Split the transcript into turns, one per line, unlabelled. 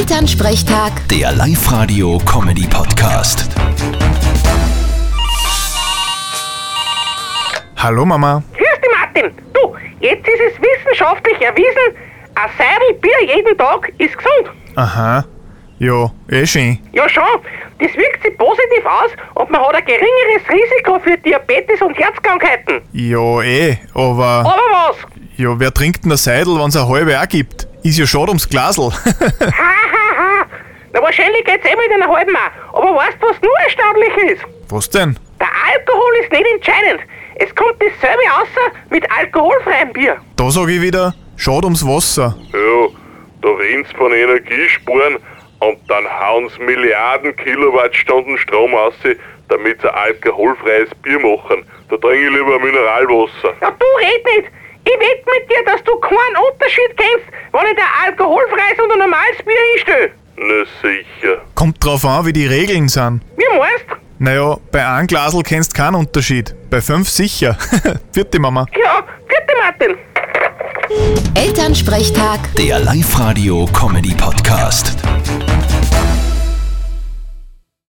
Elternsprechtag,
Der Live-Radio-Comedy-Podcast.
Hallo Mama.
Grüß dich, Martin. Du, jetzt ist es wissenschaftlich erwiesen, ein Seidel Bier jeden Tag ist gesund.
Aha. Ja, eh schön.
Ja schon, das wirkt sich positiv aus und man hat ein geringeres Risiko für Diabetes und Herzkrankheiten.
Ja, eh. Aber
Aber was?
ja, wer trinkt denn der Seidel, wenn's eine halbe auch gibt? Ist ja schade ums Glasel.
Hahaha. Ha, ha. Na wahrscheinlich geht's eh mit einer halben auch. Aber weißt du, was nur erstaunlich ist?
Was denn?
Der Alkohol ist nicht entscheidend. Es kommt dasselbe außer mit alkoholfreiem Bier.
Da sag ich wieder, schade ums Wasser.
Ja, da reden's von Energiesparen und dann hauen's Milliarden Kilowattstunden Strom aus, damit sie alkoholfreies Bier machen. Da trinke ich lieber Mineralwasser.
Ja, du red nicht. Ich wette mit dir, dass du keinen Unterschied kennst, wenn ich dir alkoholfreies und ein normales Bier hinstelle.
Na sicher.
Kommt drauf an, wie die Regeln sind.
Wie meinst?
Naja, bei einem Glasel kennst keinen Unterschied. Bei fünf sicher. Vierte Mama.
Ja, vierte Martin.
Elternsprechtag.
Der Live-Radio-Comedy-Podcast.